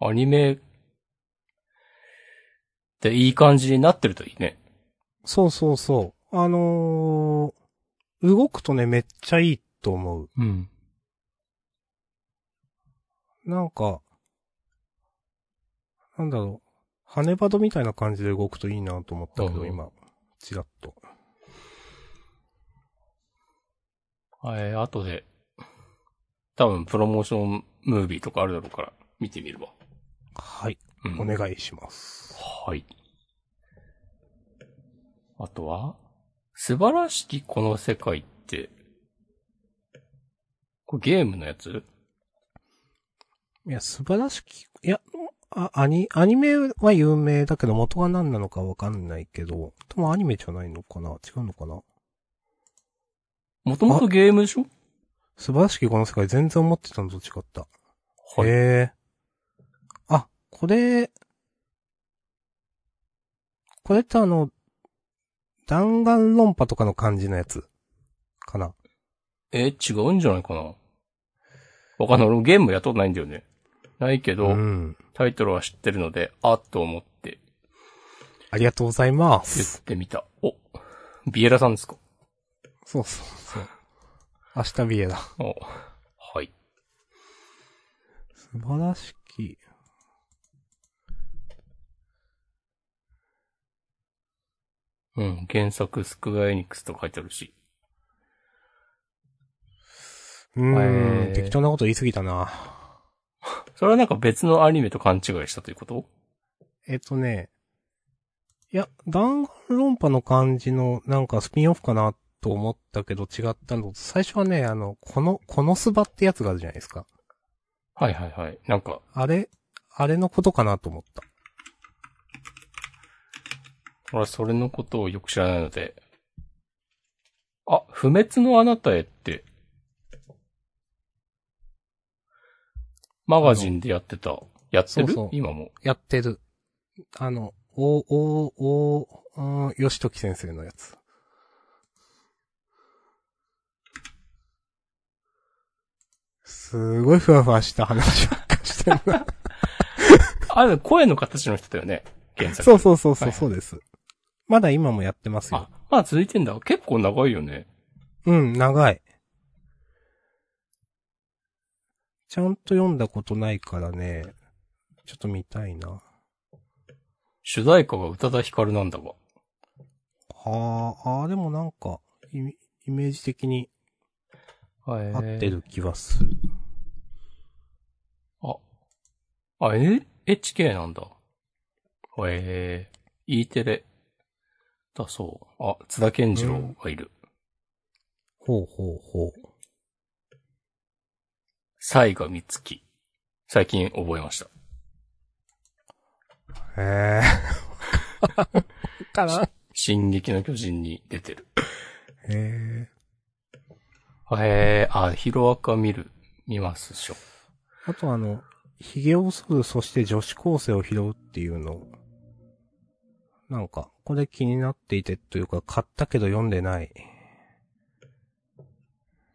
Speaker 2: アニメっていい感じになってるといいね。
Speaker 1: そうそうそう。あのー、動くとね、めっちゃいいと思う。
Speaker 2: うん。
Speaker 1: なんか、なんだろう。羽バドみたいな感じで動くといいなと思ったけ
Speaker 2: う
Speaker 1: ど、
Speaker 2: ん
Speaker 1: 今、ちらっと。
Speaker 2: えー、後で、多分プロモーションムービーとかあるだろうから、見てみるわ。
Speaker 1: はい。
Speaker 2: うん
Speaker 1: お願いします。
Speaker 2: はい。あとは、素晴らしきこの世界って、これゲームのやつ
Speaker 1: いや、素晴らしき、いや、あ、アニ、アニメは有名だけど、元が何なのかわかんないけど、でもアニメじゃないのかな違うのかな
Speaker 2: もともとゲームでしょ
Speaker 1: 素晴らしきこの世界全然思ってたのと違った。
Speaker 2: はい。
Speaker 1: へえ。あ、これ、これってあの、弾丸論破とかの感じのやつかな。
Speaker 2: えー違うんじゃないかなわかんない。俺もゲームやったことないんだよね。ないけど、
Speaker 1: うん。
Speaker 2: タイトルは知ってるので、あっと思って
Speaker 1: ありがとうございま
Speaker 2: 言っ
Speaker 1: す。
Speaker 2: てみた。お、ビエラさんですか
Speaker 1: そうそうそう。明日ビエだ。
Speaker 2: お、はい。
Speaker 1: 素晴らしき。
Speaker 2: うん、原作スクエアエニックスと書いてあるし。
Speaker 1: うー
Speaker 2: へ
Speaker 1: ん。
Speaker 2: ー
Speaker 1: 適当なこと言い過ぎたな。
Speaker 2: それはなんか別のアニメと勘違いしたということ
Speaker 1: えっとね、いや、弾丸論破の感じの、なんかスピンオフかなと思ったけど違ったのと、最初はね、あの、この、このスバってやつがあるじゃないですか。
Speaker 2: はいはいはい。なんか、
Speaker 1: あれ、あれのことかなと思った。
Speaker 2: 俺はそれのことをよく知らないので。あ、不滅のあなたへって、マガジンでやってた。やってる
Speaker 1: そうそう
Speaker 2: 今も。
Speaker 1: やってる。あの、お、お、お、うん、吉時先生のやつ。すごいふわふわした話ばっかしてるな。
Speaker 2: あ、でも声の形の人だよね。 (laughs) 原作。
Speaker 1: そうそうそうそ
Speaker 2: は
Speaker 1: う、
Speaker 2: い
Speaker 1: そうです。まだ今もやってますよ
Speaker 2: あ。、まあ続いてんだ。結構長いよね。
Speaker 1: うん、長い。ちゃんと読んだことないからね、ちょっと見たいな。
Speaker 2: 主題歌が宇多田ヒカルなんだわ。
Speaker 1: はあ、あーでもなんか、イメイメージ的に
Speaker 2: はい
Speaker 1: 合ってる気はする。
Speaker 2: あ、あ、N、HK なんだ。へえ E テレ。だそう。あ、津田健次郎がいる。
Speaker 1: ほうほうほう。
Speaker 2: 西賀美月。最近覚えました。
Speaker 1: へえ。
Speaker 2: (laughs)
Speaker 1: かなへ
Speaker 2: 進撃の巨人に出てる。
Speaker 1: え。
Speaker 2: へえあ、ヒロアカ見る、見ますっしょ。
Speaker 1: あとあの、髭を剃る、そして女子高生を拾うっていうの。なんか、これ気になっていてというか、買ったけど読んでない。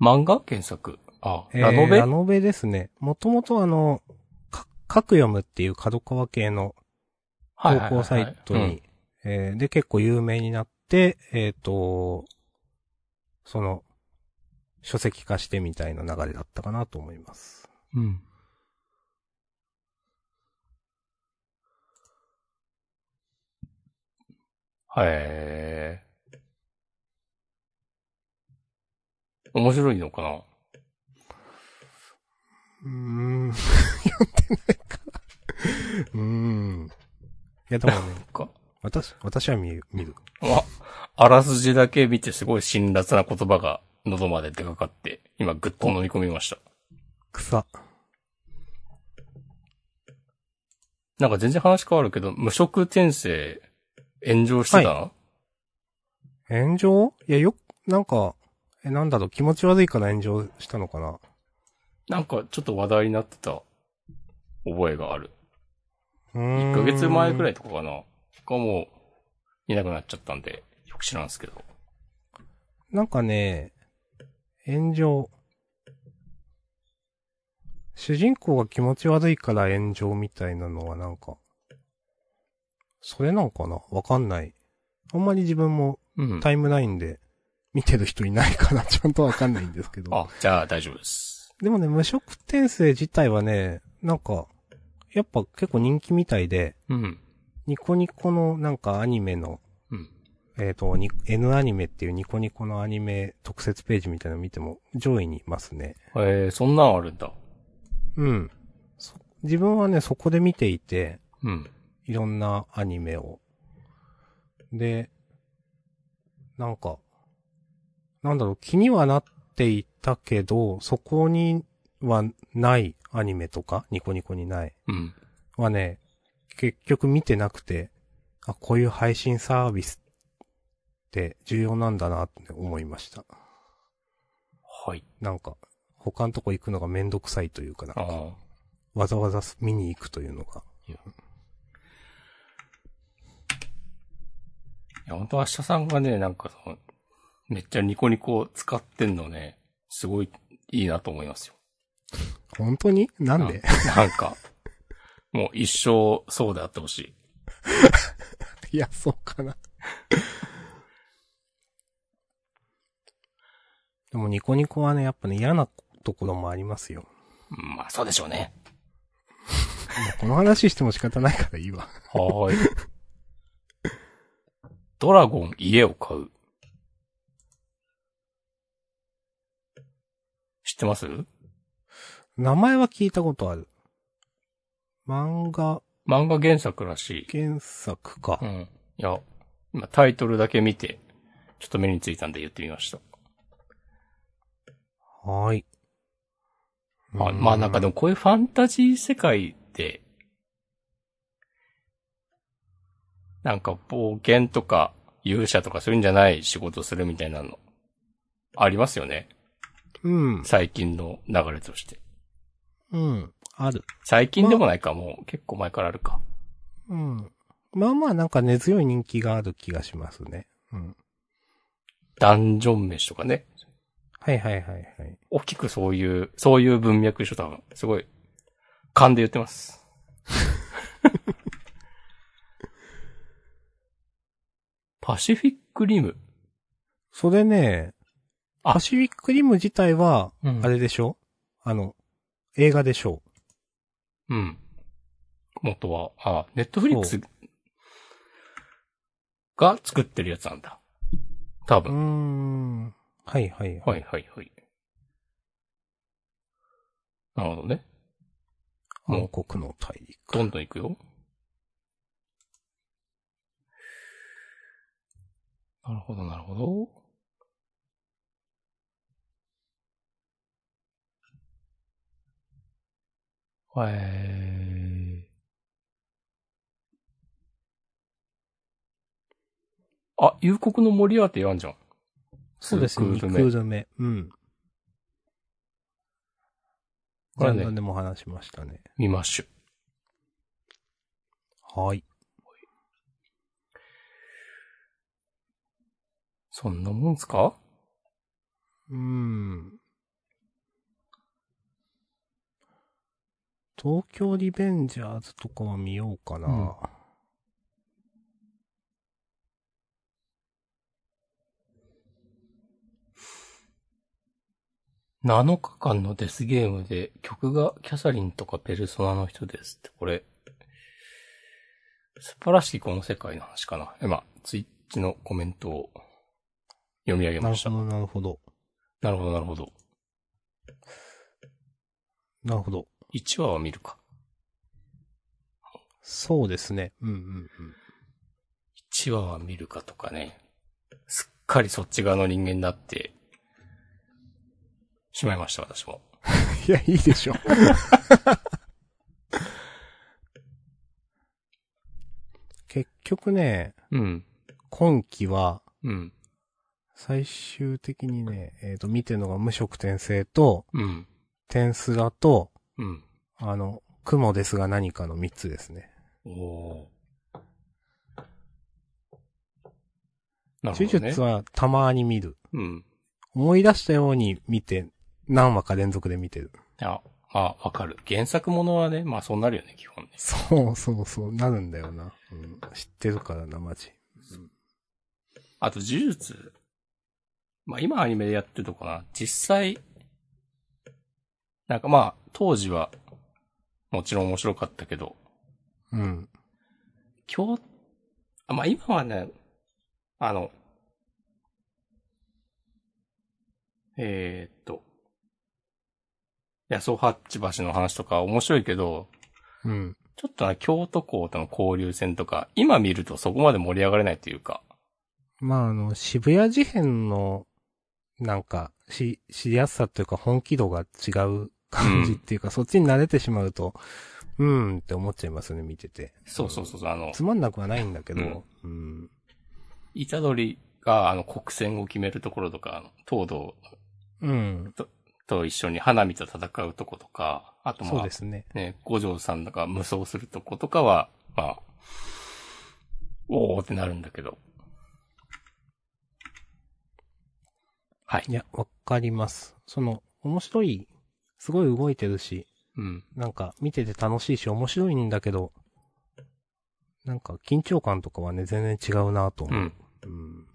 Speaker 2: 漫画検索。あ、
Speaker 1: えー
Speaker 2: ラノベ
Speaker 1: ラノベですね。もともとあの、か、かく読むっていう角川系の投稿サイト。
Speaker 2: はいはいはいはい
Speaker 1: に、えーで、結構有名になって、えっ、と、その、書籍化してみたいな流れだったかなと思います。
Speaker 2: うんうん。へえ。面白いのかな
Speaker 1: うーん。 (laughs) 読んでないから。うーん。いや、でもね、
Speaker 2: か
Speaker 1: (laughs) 私、私は見る、見る。
Speaker 2: あ、あらすじだけ見てすごい辛辣な言葉が喉まで出かかって、今ぐっと飲み込みました。
Speaker 1: 草。
Speaker 2: なんか全然話変わるけど、無職転生、炎上してたな、
Speaker 1: 炎上いや、よ、なんか、え、なんだろう、気持ち悪いから炎上したのかな。
Speaker 2: なんかちょっと話題になってた覚えがある。
Speaker 1: 1
Speaker 2: 1ヶ月前くら
Speaker 1: い。
Speaker 2: いとかかな。がもう、いなくなっちゃったんで、よく知らんすけど。
Speaker 1: なんかね、炎上。主人公が気持ち悪いから炎上みたいなのはなんか、それなんかなわかんない。あんまり自分も
Speaker 2: うん。
Speaker 1: タイムラインで見てる人いないからちゃんとわかんないんですけど。
Speaker 2: あ、じゃあ大丈夫です。
Speaker 1: でもね、無色転生自体はね、なんか、やっぱ結構人気みたいで、
Speaker 2: うん。
Speaker 1: ニコニコのなんかアニメの、
Speaker 2: うん。
Speaker 1: えっ、と、に N アニメっていうニコニコのアニメ特設ページみたいなの見ても上位にいますね。
Speaker 2: えー、そんなんあるんだ。
Speaker 1: うん。そ自分はね、そこで見ていて、
Speaker 2: うん。
Speaker 1: いろんなアニメを。で、なんか、なんだろう、気にはなっていたけど、そこにはないアニメとか、ニコニコにない、
Speaker 2: うん。
Speaker 1: はね、結局見てなくて、あ、こういう配信サービスって重要なんだなって思いました。
Speaker 2: はい。
Speaker 1: なんか、他のとこ行くのがめんどくさいというかなん
Speaker 2: あ
Speaker 1: か
Speaker 2: あ。
Speaker 1: わざわざ見に行くというのが。
Speaker 2: いや、本当明日さんがね、なんかその、めっちゃニコニコを使ってんのね、すごいいいなと思いますよ。
Speaker 1: 本当になんで
Speaker 2: なんか、もう一生そうであってほし
Speaker 1: い
Speaker 2: い。
Speaker 1: や、そうかな。でもニコニコはね、やっぱね、嫌なところもありますよ。
Speaker 2: うんまあ、そうでしょうね。
Speaker 1: この話しても仕方ないからいいわ。
Speaker 2: はーい。ドラゴン家を買う。知ってます
Speaker 1: 名前は聞いたことある。漫画
Speaker 2: 漫画原作らしい。
Speaker 1: 原作か
Speaker 2: う。ん。いや、今タイトルだけ見て、ちょっと目についたんで言ってみました。
Speaker 1: はーい。
Speaker 2: まあ、まあなんかで
Speaker 1: も。
Speaker 2: もこういうファンタジー世界で、なんか冒険とか勇者とかするんじゃない仕事するみたいなの、ありますよね。
Speaker 1: うん。
Speaker 2: 最近の流れとして。
Speaker 1: うん。ある。
Speaker 2: 最近でもないか、もう結構前からあるか。
Speaker 1: うん。まあまあなんか根強い人気がある気がしますね。うん。
Speaker 2: ダンジョン飯とかね。
Speaker 1: はいはいはいはい。
Speaker 2: 大きくそういう、そういう文脈でしょ、多分。すごい、勘で言って (laughs) ます。パシフィックリム。
Speaker 1: それね、
Speaker 2: あ
Speaker 1: パシフィックリム自体は、
Speaker 2: うん
Speaker 1: あれでしょ、あの、映画でしょ
Speaker 2: うん。元は、あ、ネットフリックスが作ってるやつなんだ。
Speaker 1: う。
Speaker 2: 多
Speaker 1: うー
Speaker 2: 分。
Speaker 1: ん。はいはいはい。
Speaker 2: はいはいはい。なるほどね。
Speaker 1: 暗黒の大陸。
Speaker 2: どんどん行くよ。なるほど、なるほど。えー。あ、幽谷の森アーティあんじゃん。
Speaker 1: そうですね。
Speaker 2: クー
Speaker 1: 肉
Speaker 2: ルメ
Speaker 1: 詰め。うん。
Speaker 2: これね
Speaker 1: 前段でも話しましたね。
Speaker 2: 見ましょう。
Speaker 1: はい。
Speaker 2: そんなもんすか
Speaker 1: うーん。東京リベンジャーズとかは見ようかな。
Speaker 2: うん7日間のデスゲームで曲がキャサリンとかペルソナの人ですって、これ、素晴らしきこの世界の話かな。今、ツイッチのコメントを読み上げ
Speaker 1: な
Speaker 2: ま
Speaker 1: る
Speaker 2: した
Speaker 1: ほ。ど、なるほど。
Speaker 2: なるほど、なるほど。
Speaker 1: なるほど。
Speaker 2: 1話は見るか。
Speaker 1: そうですね。うんうんうん。
Speaker 2: 1話は見るかとかね。すっかりそっち側の人間になって、しまいました、私も。
Speaker 1: いや、いいで (laughs) しょ。結局ね、
Speaker 2: うん。
Speaker 1: 今期は、
Speaker 2: うん。
Speaker 1: 最終的にね、えっ、と、見てるのが無色転生と、
Speaker 2: うん。
Speaker 1: 天スラと、
Speaker 2: うん。
Speaker 1: あの、雲ですが何かの3つですね。
Speaker 2: おーなるほ
Speaker 1: 呪
Speaker 2: どね
Speaker 1: 術。はたまに見る。
Speaker 2: うん。
Speaker 1: 思い出したように見て、何話か連続で見てる。
Speaker 2: いや、まあ、わかる。原作ものはね、まあそうなるよね、基本ね。
Speaker 1: そうそうそう、なるんだよな。うん、知ってるからな、マジ。
Speaker 2: あと、呪術。まあ、今アニメでやってるのかな。実際、なんかまあ、当時は、もちろん面白かったけど、
Speaker 1: うん。
Speaker 2: 今日、あまあ今はね、あの、えー、っと、安尾八橋の話とか面白いけど、
Speaker 1: うん。
Speaker 2: ちょっとな、京都校との交流戦とか、今見るとそこまで盛り上がれないというか、
Speaker 1: まあ、あの、渋谷事変の、なんか、し、知りやすさというか本気度が違う感じっていうか、そっちに慣れてしまうと、うーんって思っちゃいますね、見てて。
Speaker 2: そうそうそうそう、あの、
Speaker 1: つまんなくはないんだけど、うん。
Speaker 2: イタドリが、あの、国戦を決めるところとか、あの東堂
Speaker 1: うん。
Speaker 2: と一緒に花見と戦うとことか、あとまあ、
Speaker 1: そうですね。
Speaker 2: ね、五条さんとか無双するとことかは、まあ、おーってなるんだけど。はい
Speaker 1: い。や、わかります。その、面白い、すごい動いてるし、
Speaker 2: うん。
Speaker 1: なんか見てて楽しいし面白いんだけど、なんか緊張感とかはね、全然違うなと
Speaker 2: う
Speaker 1: 思う。
Speaker 2: ん。
Speaker 1: うん。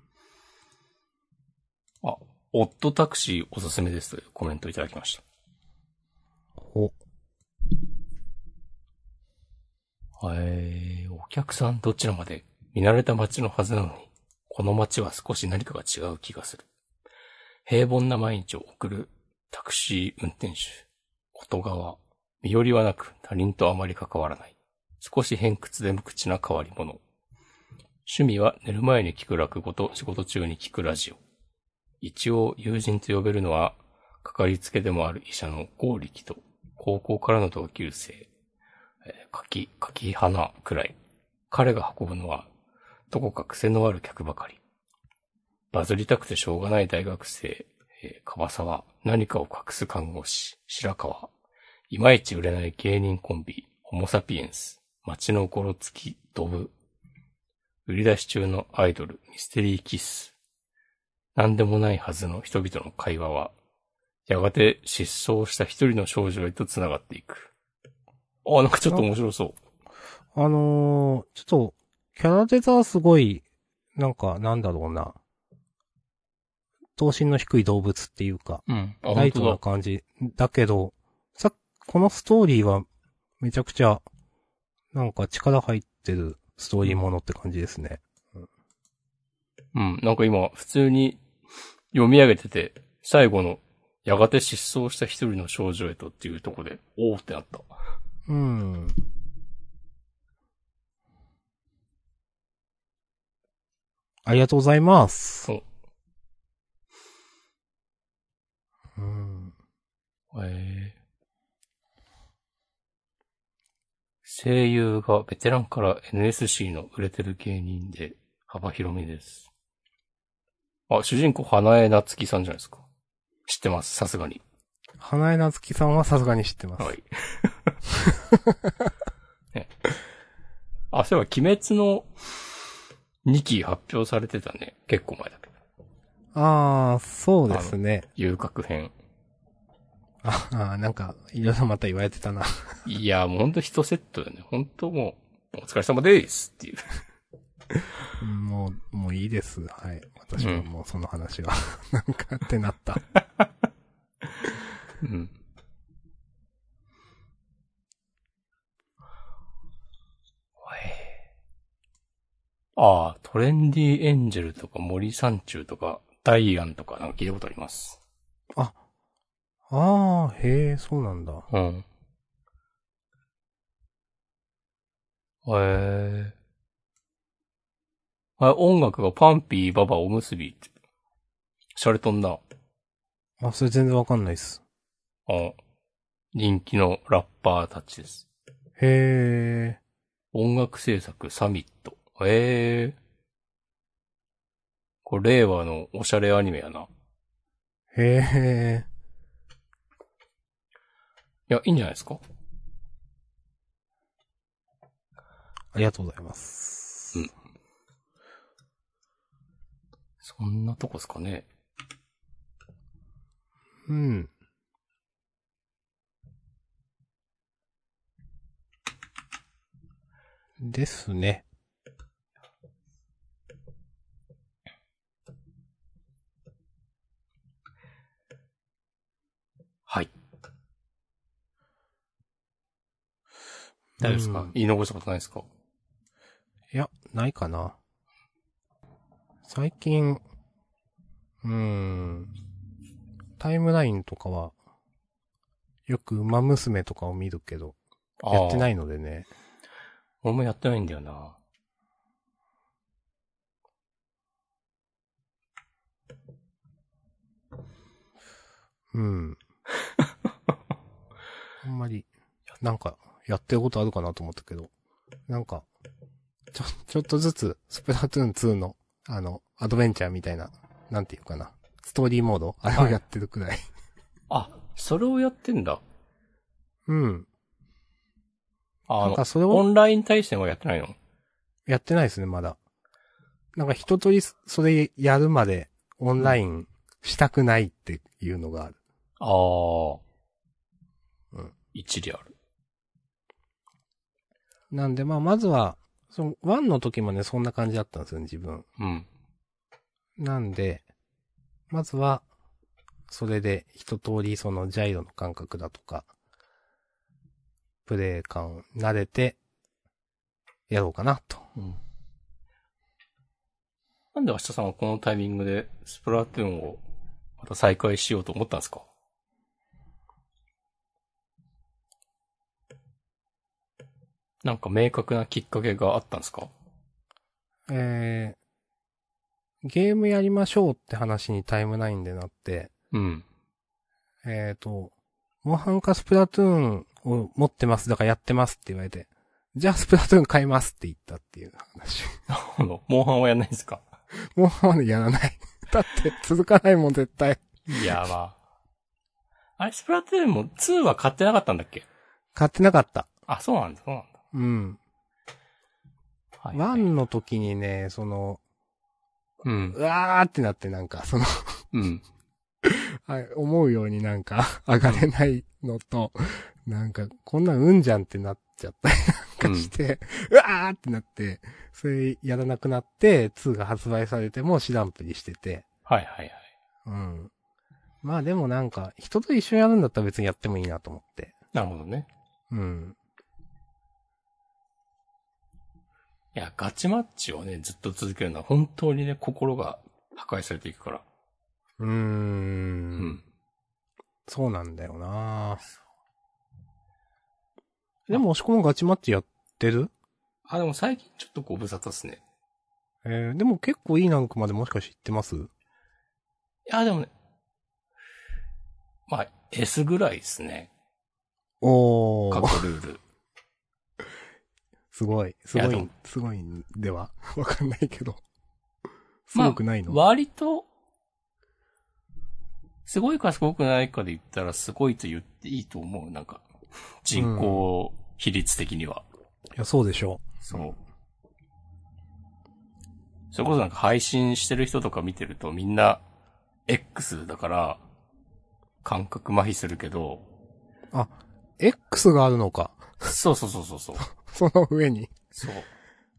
Speaker 2: あ、オットタクシーおすすめですというコメントいただきました。
Speaker 1: ほ、
Speaker 2: えー、お客さんどちらまで見慣れた街のはずなのに、この街は少し何かが違う気がする。平凡な毎日を送るタクシー運転手。言葉は、身寄りはなく他人とあまり関わらない。少し偏屈で無口な変わり者。趣味は寝る前に聞く落語と仕事中に聞くラジオ。一応友人と呼べるのは、かかりつけでもある医者の剛力と、高校からの同級生、えー柿、柿花くらい。彼が運ぶのは、どこか癖のある客ばかり。バズりたくてしょうがない大学生、えー、川沢、何かを隠す看護師、白川、いまいち売れない芸人コンビ、ホモサピエンス、街のゴロつき、ドブ、売り出し中のアイドル、ミステリーキス。何でもないはずの人々の会話は、やがて失踪した一人の少女へと繋がっていく。あ、なんかちょっと面白そう。
Speaker 1: あのー、ちょっと、キャラデザはすごい、なんか、なんだろうな。頭身の低い動物っていうか、
Speaker 2: うん。あ、
Speaker 1: ラ
Speaker 2: 本
Speaker 1: イト
Speaker 2: 当
Speaker 1: な
Speaker 2: だ。
Speaker 1: 感じ。だけど、さ、このストーリーは、めちゃくちゃ、なんか力入ってるストーリーものって感じですね。
Speaker 2: うん。なんか今、普通に読み上げてて、最後の、やがて失踪した一人の少女へとっていうとこで、おーってなった。
Speaker 1: うん。ありがとうございます。
Speaker 2: そう。
Speaker 1: うん。
Speaker 2: えー声優がベテランから NSC の売れてる芸人で幅広めです。あ、主人公、花江夏樹さんじゃないですか。知ってます、さすがに。
Speaker 1: 花江夏樹さんはさすがに知ってます。
Speaker 2: はい。 (laughs) ね、あ、そういえば、鬼滅の2期発表されてたね。結構前だけど。
Speaker 1: ああ、そうですね。
Speaker 2: 遊郭編。
Speaker 1: ああー、なんか、いろいろまた言われてたな。 (laughs)
Speaker 2: いや、もうほんと一セットだよね。ほんともう、お疲れ様ですっていう。
Speaker 1: うんもう、もういいです。はい。私ももうその話は、 (laughs) なんかってなった。
Speaker 2: うん。ああ、トレンディエンジェルとか森三中とかダイアンとかなんか聞いたことあります。
Speaker 1: ああ、へえ、そうなんだ。
Speaker 2: うん。へえ。あ、音楽がパンピーババおむすびって。シャレとんな。
Speaker 1: あ、それ全然わかんないっす。
Speaker 2: あ人気のラッパーたちです。
Speaker 1: へえ、
Speaker 2: 音楽制作サミット。へえ。これ令和のおしゃれアニメやな。い
Speaker 1: へえ。
Speaker 2: や、いいんじゃないですか
Speaker 1: ありがとうございます。
Speaker 2: うんそんなとこですかね。
Speaker 1: うん。ですね。
Speaker 2: はい。大丈夫ですか、
Speaker 1: うん
Speaker 2: 言い残したことないですか。
Speaker 1: いや、ないかな。最近、うーん、タイムラインとかは、よく馬娘とかを見るけど、やってないいのでね。
Speaker 2: 俺もやってないんだよな。 (laughs)
Speaker 1: うん。あんまり、なんか、やってることあるかなと思ったけど、なんか、ちょ、ちょっとずつ、スプラトゥーン2の、あの、アドベンチャーみたいな、なんていうかな、ストーリーモードあれをやってるくらい。
Speaker 2: あ、それをやってんだ。
Speaker 1: うん。
Speaker 2: ああ
Speaker 1: なん
Speaker 2: の
Speaker 1: か、それ
Speaker 2: オ
Speaker 1: を
Speaker 2: ンライン対戦はやってないの
Speaker 1: やってないですね、まだ。なんか一通り、それやるまで、オンラインしたくないっていうのがある。
Speaker 2: ああ。
Speaker 1: うん。
Speaker 2: 一理ある。
Speaker 1: なんで、まあ、まずは、その、1の時もね、そんな感じだったんですよね、自分。
Speaker 2: うん。
Speaker 1: なんで、まずは、それで一通りそのジャイロの感覚だとか、プレイ感慣れて、やろうかなと。
Speaker 2: うん。なんで明日さんはこのタイミングでスプラトゥーンをまた再開しようと思ったんですかなんか明確なきっかけがあったんですか
Speaker 1: えー、ゲームやりましょうって話にタイムラインでなって、
Speaker 2: うん。
Speaker 1: えーと、モンハンかスプラトゥーンを持ってます、だからやってますって言われて、じゃあスプラトゥーン買いますって言ったっていう話。 (laughs)
Speaker 2: この、モンハンはやんないんですか
Speaker 1: モンハンはやらない。 (laughs) だって続かないもん絶対。
Speaker 2: いや、まあ。あれ、スプラトゥーンも2は買ってなかったんだっけ
Speaker 1: 買ってなかった。
Speaker 2: あ、そうなんだ、そうなんだ。
Speaker 1: うん。
Speaker 2: は
Speaker 1: ワンの時にね、その、
Speaker 2: うん
Speaker 1: う。わーってなってなんか、その、 (laughs)
Speaker 2: うん。
Speaker 1: はい思うようになんか、 (laughs) 上がれないのと、なんか、こんなんうんじゃんってなっちゃったりなんかして、うわーってなって、それやらなくなって、2が発売されても知らんぷりしてて、
Speaker 2: はいはいはい。
Speaker 1: うん。まあでもなんか、人と一緒にやるんだったら別にやってもいいなと思って。
Speaker 2: なるほどね。
Speaker 1: うん。
Speaker 2: いや、ガチマッチをね、ずっと続けるのは本当にね、心が破壊されていくから。
Speaker 1: うー。。
Speaker 2: うん
Speaker 1: そうなんだよなでも、押し込むガチマッチやってる
Speaker 2: あ、でも最近ちょっとご無沙汰っすね。
Speaker 1: えー、でも結構いいなのまでもしかして知ってます
Speaker 2: いや、でもね、まあ、S ぐらいですね。
Speaker 1: お
Speaker 2: 過
Speaker 1: ー、
Speaker 2: 去ルール。
Speaker 1: すごい、す
Speaker 2: い
Speaker 1: ご
Speaker 2: やで
Speaker 1: い
Speaker 2: も、
Speaker 1: すごいんでは (laughs) わかんないけど。すごくないの、
Speaker 2: 割と、すごいかすごくないかで言ったら、すごいと言っていいと思う。なんか、人口比率的には。
Speaker 1: いや、そうでしょ
Speaker 2: そう。それこそなんか配信してる人とか見てるとみんな X だから感覚麻痺するけど、
Speaker 1: う。あ、X があるのか。 (laughs)
Speaker 2: そうそうそうそうそう。
Speaker 1: その上に。
Speaker 2: そう。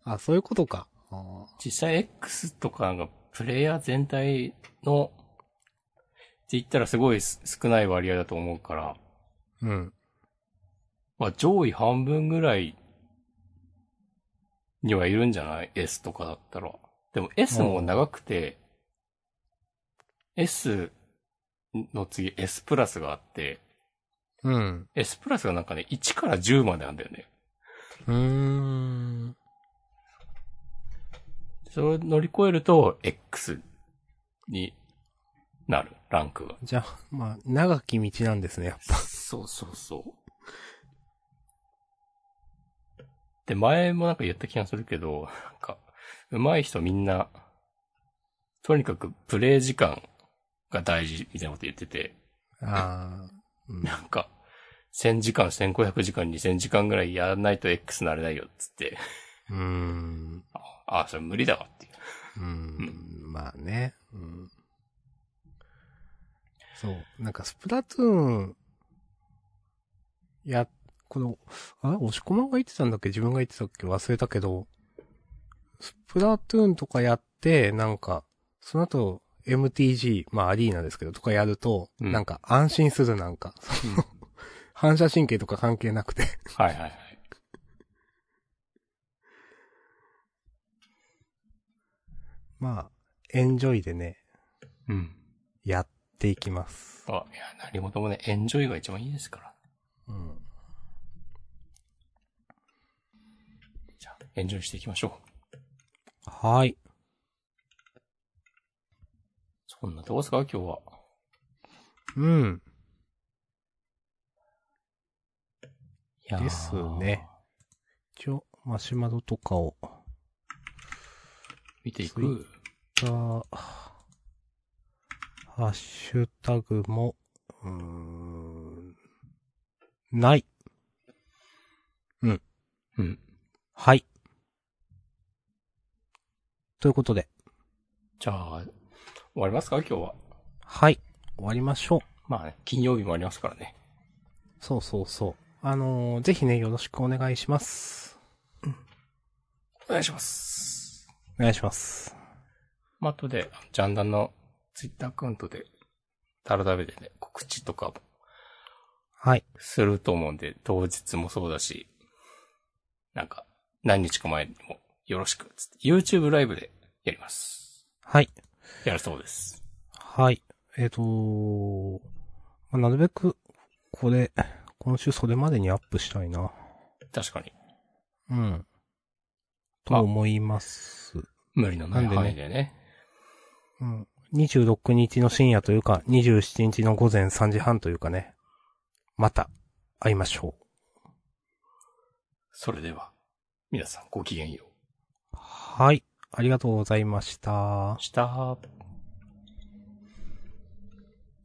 Speaker 1: あ、そういうことか。あ
Speaker 2: 実際 X とかがプレイヤー全体のって言ったらすごいす少ない割合だと思うから、
Speaker 1: ーうん。
Speaker 2: まあ上位半分ぐらいにはいるんじゃない ?S とかだったら。でも S も長くて、S の次 S プラスがあって、
Speaker 1: うん。
Speaker 2: S プラスがなんかね、1から10まであんだよね。
Speaker 1: うーん。
Speaker 2: それを乗り越えると X になる、ランクが。
Speaker 1: じゃあ、まあ、長き道なんですね、やっぱ。
Speaker 2: そうそうそう。で、前もなんか言った気がするけど、なんか、上手い人みんな、とにかくプレイ時間が大事みたいなこと言ってて、
Speaker 1: あーうん
Speaker 2: なんか、1000時間、1500時間、2000時間ぐらいやらないと X なれないよっつって、
Speaker 1: うーん。
Speaker 2: ああ、それ無理だわっていう。
Speaker 1: うーん。まあね。うん。そう。なんか、スプラトゥーン、いや、この、あれ、押し込まんが言ってたんだっけ自分が言ってたっけ忘れたけど、スプラトゥーンとかやって、なんか、その後、MTG、まあアリーナですけど、とかやると、
Speaker 2: うん
Speaker 1: なんか安心するなんか、その (laughs) 反射神経とか関係なくて。
Speaker 2: はいはいはい。
Speaker 1: まあ、エンジョイでね、
Speaker 2: うん。
Speaker 1: やっていきます。
Speaker 2: あ、いや、何事もね、エンジョイが一番いいですから。
Speaker 1: うん。
Speaker 2: じゃあ、エンジョイしていきましょう。
Speaker 1: はい。
Speaker 2: そんなとこですか今日は。
Speaker 1: うん。
Speaker 2: いやー
Speaker 1: ですね。一応、マシュマロとかを、
Speaker 2: 見てい
Speaker 1: ツイ
Speaker 2: く。
Speaker 1: あーハッシュタグも、うーん、ない。
Speaker 2: うん。
Speaker 1: はい。ということで、
Speaker 2: じゃあ、終わりますか今日は。
Speaker 1: はい。終わりましょう。
Speaker 2: まあね、金曜日もありますからね。
Speaker 1: そうそうそう。あのーぜひね、よろしくお願いします。
Speaker 2: お願いします。
Speaker 1: お願いします。
Speaker 2: まあ、後で、ジャンダンのツイッターアカウントで、改めてね、告知とかも
Speaker 1: はい。
Speaker 2: すると思うんで、当日もそうだし、なんか、何日か前にもよろしく、つって、YouTube ライブでやります。
Speaker 1: はい。
Speaker 2: やるそうです。
Speaker 1: はい。えっ、とーまあなるべく、これ、今週それまでにアップしたいな。
Speaker 2: 確かに。
Speaker 1: うん。と思います。
Speaker 2: 無理のない
Speaker 1: なんでね
Speaker 2: 範囲でね。
Speaker 1: うん。26日の深夜というか、27日の午前3時半というかね。また、会いましょ
Speaker 2: それでは、皆さんごきげんよ
Speaker 1: う。はい。ありがとうございました
Speaker 2: う。。したー。